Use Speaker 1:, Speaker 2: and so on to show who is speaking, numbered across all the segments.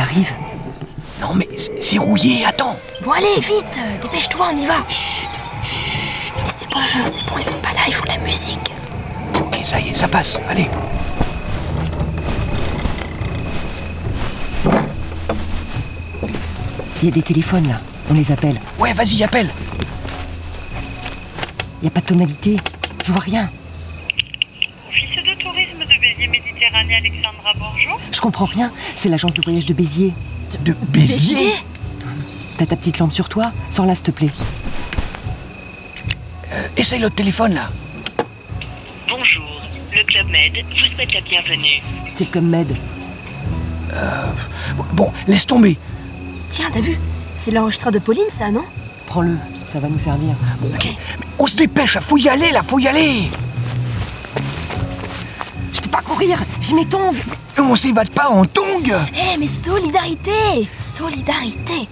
Speaker 1: arrive.
Speaker 2: Non mais c'est c'est rouillé, attends
Speaker 3: Bon allez, vite, euh, dépêche-toi, on y va. Mais C'est bon, c'est bon, ils sont pas là, ils font de la musique.
Speaker 2: Ok, ça y est, ça passe, allez
Speaker 1: Il y a des téléphones là. On les appelle.
Speaker 2: Ouais, vas-y, appelle
Speaker 1: Il n'y a pas de tonalité. Je vois rien.
Speaker 4: Office de tourisme de Béziers Méditerranée, Alexandra, bonjour.
Speaker 1: Je comprends rien. C'est l'agence de voyage de Béziers.
Speaker 2: De Béziers
Speaker 1: T'as ta petite lampe sur toi Sors-la, s'il te plaît.
Speaker 2: Euh, Essaye l'autre téléphone, là
Speaker 4: Bonjour, le Club Med vous souhaite la bienvenue.
Speaker 1: C'est le Club Med.
Speaker 2: Bon, laisse tomber
Speaker 3: Tiens, t'as vu C'est l'enregistreur de Pauline, ça, non
Speaker 1: Prends-le. Ça va nous servir.
Speaker 2: Bon, ok, mais on se dépêche, là, faut y aller, là, faut y aller
Speaker 1: Je peux pas courir. J'ai mes tongs.
Speaker 2: On s'évade pas en tongue
Speaker 3: Eh, mais solidarité Solidarité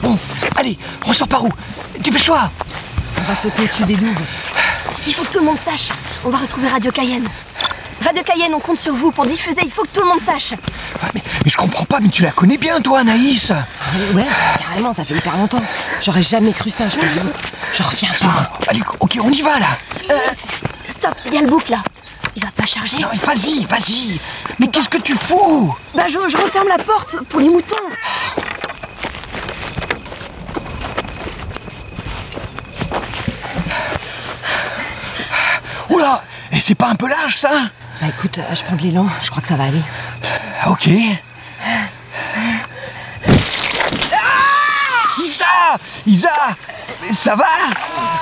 Speaker 2: Bon, allez, on sort par où Dépêche-toi
Speaker 1: On va sauter au-dessus des douves.
Speaker 3: Il faut que tout le monde sache. On va retrouver Radio Cayenne. Radio Cayenne, on compte sur vous pour diffuser. Il faut que tout le monde sache.
Speaker 2: Ah, mais, mais je comprends pas, mais tu la connais bien, toi, Anaïs
Speaker 1: Ouais, carrément, ça fait hyper longtemps. J'aurais jamais cru ça, je te jure. J'en reviens pas.
Speaker 2: Ah, Allez, ok, on y va, là
Speaker 3: Euh, Stop, il y a le bouc là. Il va pas charger.
Speaker 2: Non, mais vas-y, vas-y Mais qu'est-ce que tu fous
Speaker 3: Bah, je, je referme la porte pour les moutons.
Speaker 2: Oula Et c'est pas un peu large, ça
Speaker 1: Bah écoute, euh, je prends de l'élan. Je crois que ça va aller.
Speaker 2: Ah, Ok. Ah Isa Isa Mais Ça va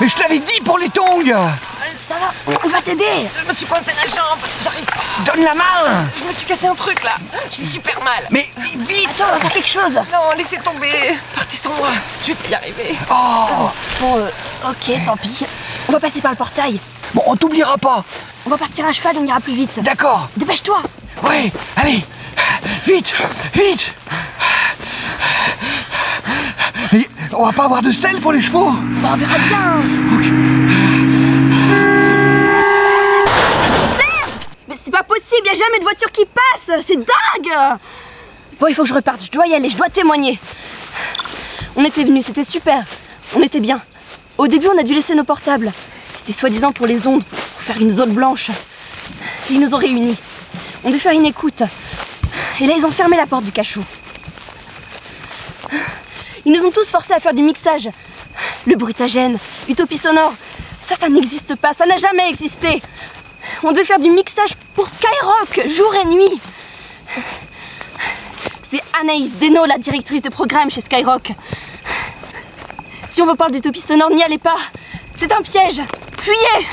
Speaker 2: Mais je t'avais dit pour les tongs
Speaker 3: Ça va, on va t'aider.
Speaker 5: Je me suis coincé la jambe, j'arrive pas,
Speaker 2: Donne la main
Speaker 5: je me suis cassé un truc là, j'ai super mal.
Speaker 2: Mais mais vite
Speaker 3: Attends, on va faire quelque chose.
Speaker 5: Non, laissez tomber, partez sans moi, je vais pas y arriver.
Speaker 2: Oh
Speaker 3: Bon, euh, ok, tant pis. On va passer par le portail.
Speaker 2: Bon, on t'oubliera pas
Speaker 3: On va partir à cheval, on ira plus vite.
Speaker 2: D'accord
Speaker 3: Dépêche-toi.
Speaker 2: Ouais Allez Vite Vite Mais on va pas avoir de sel pour les chevaux
Speaker 3: Bon, Bah, on verra bien. Serge Mais c'est pas possible, y a jamais de voiture qui passe. C'est dingue. Bon, il faut que je reparte. Je dois y aller, je dois témoigner. On était venus, c'était super. On était bien. Au début, on a dû laisser nos portables. C'était soi-disant pour les ondes, pour faire une zone blanche. Et ils nous ont réunis. On devait faire une écoute. Et là, ils ont fermé la porte du cachot. Ils nous ont tous forcés à faire du mixage. Le bruitagène, utopie sonore, ça, ça n'existe pas, ça n'a jamais existé. On devait faire du mixage pour Skyrock, jour et nuit. C'est Anaïs Deno, la directrice de programme chez Skyrock. Si on vous parle d'utopie sonore, n'y allez pas. C'est un piège. Fuyez